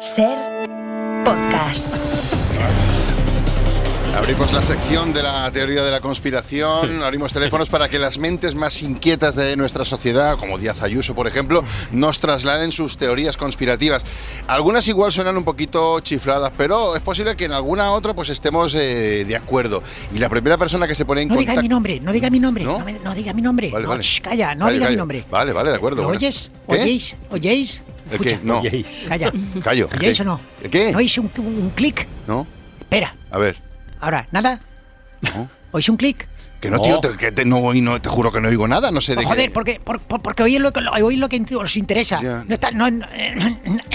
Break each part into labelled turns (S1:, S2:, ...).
S1: Ser podcast.
S2: Abrimos la sección de la teoría de la conspiración, abrimos teléfonos para que las mentes más inquietas de nuestra sociedad, como Díaz Ayuso, por ejemplo, nos trasladen sus teorías conspirativas. Algunas igual suenan un poquito chifladas, pero es posible que en alguna otra pues estemos eh, de acuerdo. Y la primera persona que se pone en
S3: No digas
S2: contacto...
S3: mi nombre, no digas mi nombre,
S2: ¿No?
S3: no, me- no digas mi nombre.
S2: Vale,
S3: no,
S2: vale.
S3: shh, calla, no
S2: Calla,
S3: digas mi
S2: calla.
S3: nombre.
S2: Vale, vale, de acuerdo.
S3: ¿Lo
S2: buenas.
S3: oyes?
S2: ¿Qué?
S3: ¿Oyéis? ¿Oyéis?
S2: ¿El qué?
S3: Escucha,
S2: No,
S3: calla.
S2: callo.
S3: ¿Oyéis
S2: ¿Qué?
S3: o no?
S2: ¿El qué?
S3: ¿No hice un, un clic?
S2: ¿No?
S3: Espera,
S2: A ver.
S3: ahora, ¿nada?
S2: No.
S3: ¿Oís un clic?
S2: Que no,
S4: No.
S2: tío, te, que te, no, oí- no, te juro que no oigo nada, no sé de
S3: Pues
S2: qué...
S3: joder, porque, por- por- porque hoy es lo que, hoy es lo que os interesa.
S2: Ya.
S3: No está- no- no-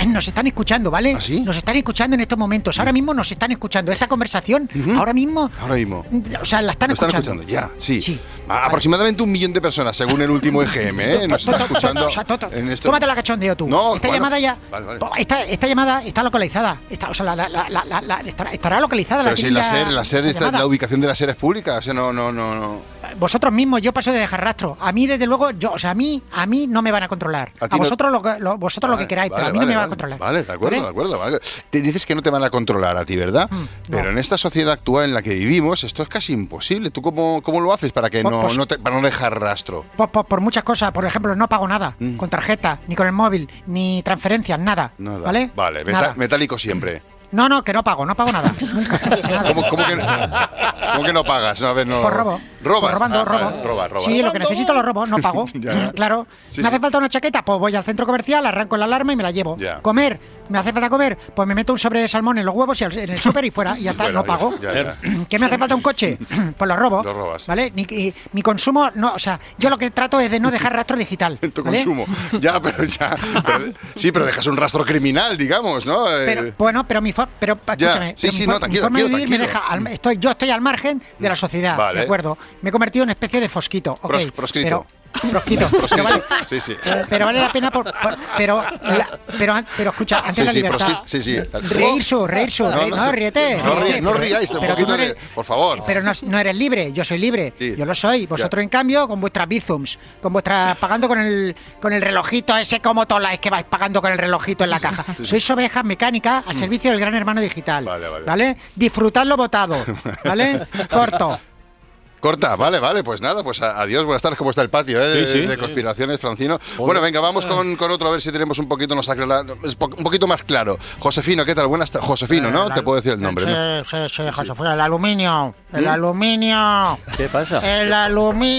S3: nos están escuchando, ¿vale?
S2: ¿Ah, sí?
S3: Nos están escuchando en estos momentos. Ahora mismo nos están escuchando. Esta conversación,
S2: Ujú.
S3: ahora mismo,
S2: Ahora mismo.
S3: o sea, la están,
S2: Lo están
S3: escuchando.
S2: escuchando, ya, sí.
S3: Sí.
S2: A- Aproximadamente un millón de personas, según el último EGM, ¿eh? Nos están
S3: Toto, Toto,
S2: escuchando.
S3: o sea, Toto,
S2: en esto-
S3: Tómate la cachondeo tú.
S2: No,
S3: esta
S2: bueno.
S3: llamada ya.
S2: Vale, vale.
S3: po- Esta, esta llamada está localizada. Está, o sea, la- la- la- la- la- la- estará, estará localizada
S2: Pero si la
S3: típica-
S2: SER, la SER,
S3: esta
S2: está- la
S3: llamada.
S2: ubicación de la SER es pública, o sea, no, no, no. no.
S3: Vosotros mismos, yo paso de dejar rastro. A mí, desde luego, yo, o sea, a mí, a mí no me van a controlar.
S2: A
S3: A,
S2: ti no-
S3: vosotros lo, que- lo- vosotros lo
S2: Vale,
S3: que queráis, pero
S2: vale,
S3: a mí no
S2: vale,
S3: me van a
S2: vale.
S3: controlar. ¿Eh?
S2: Vale, de acuerdo,
S3: ¿Vale?
S2: de acuerdo. vale. Te dices que no te van a controlar a ti, ¿verdad?
S3: Mm, no.
S2: Pero en esta sociedad actual en la que vivimos, esto es casi imposible. ¿Tú cómo, cómo lo haces para que
S3: Pues-
S2: no,
S3: pues-
S2: no te- para no dejar rastro?
S3: Por, por- por muchas cosas, por ejemplo, no pago nada
S2: Mm.
S3: con tarjeta, ni con el móvil, ni transferencias, nada.
S2: Nada.
S3: ¿Vale?
S2: Vale, meta-
S3: Nada.
S2: metálico siempre.
S3: No, no, que no pago, no pago nada. Nunca, nada.
S2: ¿Cómo, cómo que, no- cómo que no pagas? No, a ver, no.
S3: Por robo.
S2: Robas.
S3: Por robando,
S2: Ah,
S3: robo.
S2: vale, robas, robas.
S3: Sí, lo que necesito lo robo, no pago.
S2: Ya.
S3: claro.
S2: Sí,
S3: ¿Me hace
S2: sí.
S3: falta una chaqueta? Pues voy al centro comercial, arranco la alarma y me la llevo.
S2: Ya.
S3: Comer, ¿me hace falta comer? Pues me meto un sobre de salmón en los huevos y al- en el súper y fuera. Y ya está,
S2: Bueno,
S3: no pago.
S2: ya, ya.
S3: ¿Qué me hace falta un coche? Pues lo robo.
S2: Lo robas.
S3: ¿Vale? Ni- y- mi consumo, no, o sea, yo lo que trato es de no dejar rastro digital.
S2: en tu
S3: ¿vale?
S2: consumo. Ya, pero ya. pero- sí, pero dejas un rastro criminal, digamos, ¿no? Eh,
S3: Pero, bueno, pero mi, for- pero, pa-
S2: Ya,
S3: escúchame,
S2: sí,
S3: pero
S2: sí,
S3: mi,
S2: no,
S3: for- mi
S2: tranquilo,
S3: forma de
S2: tranquilo,
S3: vivir me
S2: tranquilo.
S3: deja. al- estoy, yo estoy al margen de la sociedad,
S2: Vale.
S3: ¿de acuerdo? Me he convertido en una especie de fosquito. ok,
S2: Pros- proscrito.
S3: Pero, prosquito.
S2: proscrito.
S3: pero, vale,
S2: Sí, sí.
S3: eh, pero vale la pena por, por- pero, la- pero, an- pero escucha, antes
S2: Sí,
S3: la
S2: sí,
S3: libertad.
S2: proscri- sí, sí.
S3: Reír su, reír su,
S2: No,
S3: reír-
S2: no
S3: no,
S2: se-
S3: ríete.
S2: no ríe-
S3: ríete,
S2: no
S3: pero-
S2: ríais,
S3: pero
S2: tampoco,
S3: tú no
S2: no
S3: eres-
S2: ríe- por favor.
S3: Eh, Pero no, no eres libre, yo soy libre.
S2: Sí.
S3: Yo lo soy. Vosotros, en cambio, con vuestras bizums, con vuestras. pagando con el, con el relojito ese como tola, es que vais pagando con el relojito en la caja.
S2: sí. Mm.
S3: Sois ovejas mecánicas al servicio del gran hermano digital.
S2: Vale, vale.
S3: Disfrutad lo votado. ¿Vale? Corto.
S2: Corta, vale, vale, pues nada, pues a- adiós, buenas tardes, ¿cómo está el patio eh, de,
S4: Sí, sí.
S2: de conspiraciones, Francino? Bueno, venga, vamos con, con otro, a ver si tenemos un poquito, nos aclara, es po- un poquito más claro. Josefino, ¿qué tal? Buenas tardes, Josefino, ¿no?
S3: El
S2: Te
S3: al-
S2: puedo decir el nombre, ¿no? ¿Mm?
S3: Sí, sí, sí, José, fuera, el aluminio. El aluminio.
S4: ¿Qué pasa?
S3: El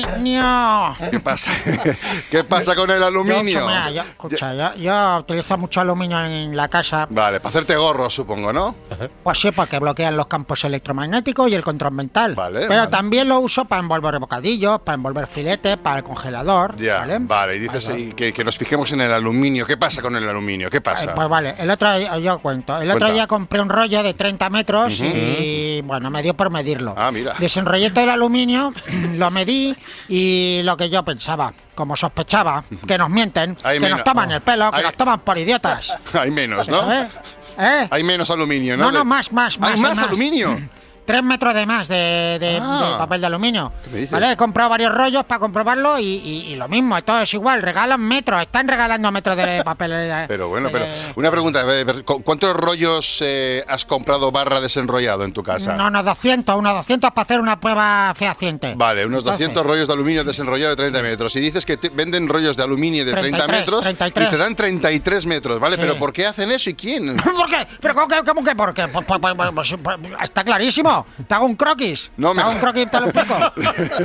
S3: aluminio.
S2: ¿Qué pasa? ¿Qué pasa con el aluminio?
S3: Yo, mira, yo- escucha, yo, yo utilizo mucho aluminio en la casa.
S2: Vale, para hacerte gorro, supongo, ¿no?
S3: Pues sí, porque bloquean los campos electromagnéticos y el control mental.
S2: Vale,
S3: Pero
S2: vale.
S3: también lo uso para envolver bocadillos, para envolver filetes, para el congelador.
S2: Ya, vale,
S3: ¿vale?
S2: y dices eh, que, que nos fijemos en el aluminio. ¿Qué pasa con el aluminio? ¿Qué
S3: Eh,
S2: pasa?
S3: Pues vale, el otro día, yo cuento, el
S2: Cuenta.
S3: otro día compré un rollo de 30 metros y bueno, me dio por medirlo.
S2: Ah, mira.
S3: Desenrollé todo el aluminio, lo medí y lo que yo pensaba, como sospechaba, que nos mienten,
S2: Hay
S3: que
S2: menos.
S3: nos toman el pelo, que
S2: Hay-
S3: nos toman por idiotas.
S2: Hay menos, ¿no?
S3: ¿Sabes? ¿Eh?
S2: Hay menos aluminio, ¿no?
S3: No, no,
S2: De-
S3: más, más, más,
S2: ¿Hay
S3: hay
S2: más,
S3: más.
S2: aluminio?
S3: Tres metros de más de, de-
S2: Ah.
S3: de papel de aluminio.
S2: ¿Qué me dices?
S3: ¿Vale? He comprado varios rollos para comprobarlo y, y- y lo mismo, todo es igual. Regalan metros, están regalando metros de papel. eh,
S2: Pero bueno,
S3: de-
S2: pero una pregunta, eh, pero ¿cu- ¿cuántos rollos eh, has comprado barra desenrollado en tu casa?
S3: No, unos 200, unos 200 para hacer una prueba fehaciente.
S2: Vale, unos
S3: Entonces,
S2: 200 rollos de aluminio desenrollado de 30 metros. Y dices que te venden rollos de aluminio de 30
S3: 33,
S2: metros
S3: 33.
S2: y te dan 33 metros, ¿vale?
S3: Sí.
S2: Pero ¿por qué hacen eso y quién?
S3: ¿Por qué? ¿Pero cómo que, cómo que por qué? Pues, pues, pues, pues, pues, pues, está clarísimo. Te hago un croquis.
S2: No,
S3: Te hago
S2: me-
S3: Ah, un croquis y te lo explico.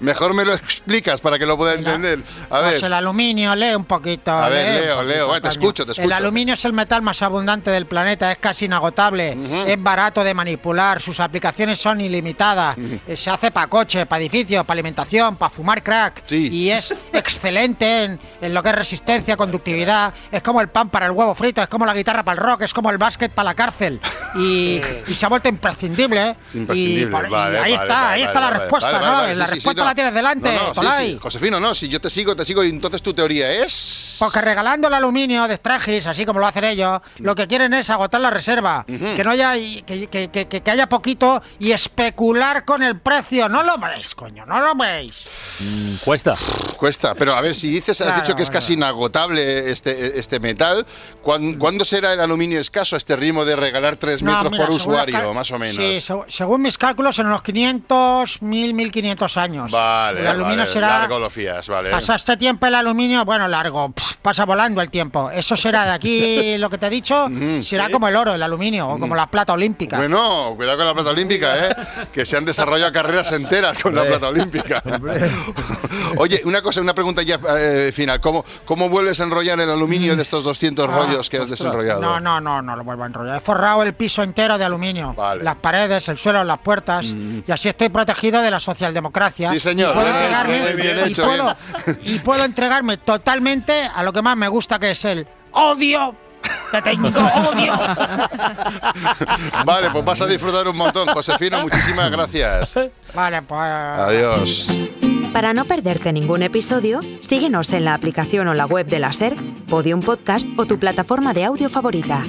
S2: Mejor me lo explicas para que lo pueda
S3: Mira,
S2: entender. A
S3: Pues
S2: ver.
S3: el aluminio, lee un poquito.
S2: A ver,
S3: lee un
S2: Leo,
S3: poquito,
S2: Leo, va, te
S3: coño.
S2: escucho, te
S3: El
S2: escucho.
S3: aluminio es el metal más abundante del planeta, es casi inagotable, es barato de manipular, sus aplicaciones son ilimitadas, eh, se hace para coches, para edificios, para alimentación, para fumar crack,
S2: Sí.
S3: y es excelente en, en lo que es resistencia, conductividad, es como el pan para el huevo frito, es como la guitarra para el rock, es como el básquet para la cárcel. y, y se ha vuelto imprescindible. ¿eh?
S2: Es imprescindible,
S3: Y por- y
S2: vale,
S3: ahí
S2: vale,
S3: está,
S2: vale,
S3: ahí
S2: vale,
S3: está la
S2: vale,
S3: respuesta,
S2: vale, vale,
S3: ¿no?
S2: vale,
S3: la
S2: sí, sí,
S3: respuesta
S2: no.
S3: la tienes delante,
S2: No, no, sí,
S3: Tolai.
S2: sí. Josefino, no, si yo te sigo, te sigo. Y entonces tu teoría es.
S3: Porque regalando el aluminio de Stragis, así como lo hacen ellos, lo que quieren es agotar la reserva, que no haya que, que- que- que- que haya poquito y especular con el precio. No lo veis, coño, no lo veis.
S4: Mm, Cuesta.
S2: Cuesta, pero a ver, si dices, has
S3: Claro,
S2: dicho que es casi inagotable este, este metal, ¿cuán- ¿cuándo será el aluminio escaso a este ritmo de regalar 3
S3: No,
S2: metros por
S3: mira, según los
S2: usuario,
S3: cal-
S2: más o menos?
S3: Sí, seg- según mis cálculos, en unos 500, 1000, 1500 años.
S2: Vale,
S3: el aluminio
S2: vale,
S3: será.
S2: largo lo fías, vale.
S3: Pasa este tiempo el aluminio, bueno, largo, pf, pasa volando el tiempo. Eso será de aquí, lo que te he dicho, será como el oro, el aluminio, o como la plata olímpica.
S2: Bueno, cuidado con la plata olímpica, ¿eh? que se han desarrollado carreras enteras con la plata olímpica. Oye, una cosa, una pregunta ya eh, final. ¿Cómo, ¿Cómo vuelves a enrollar el aluminio de estos 200
S3: Ah,
S2: rollos que has desenrollado?
S3: No, no, no, no lo vuelvo a enrollar. He forrado el piso entero de aluminio.
S2: Vale. Mm,
S3: Las paredes, el suelo, las puertas. Y así estoy protegido de la socialdemocracia.
S2: Sí, señor.
S3: Y puedo,
S2: Bien,
S3: entregarme,
S2: bien, bien
S3: y
S2: hecho,
S3: puedo- y puedo entregarme totalmente a lo que más me gusta, que es el odio. Te tengo odio.
S2: Vale, pues vas a disfrutar un montón. Josefino, muchísimas gracias.
S3: Vale, pues.
S2: Adiós.
S1: Para no perderte ningún episodio, síguenos en la aplicación o la web de la SER, Podium Podcast o tu plataforma de audio favorita.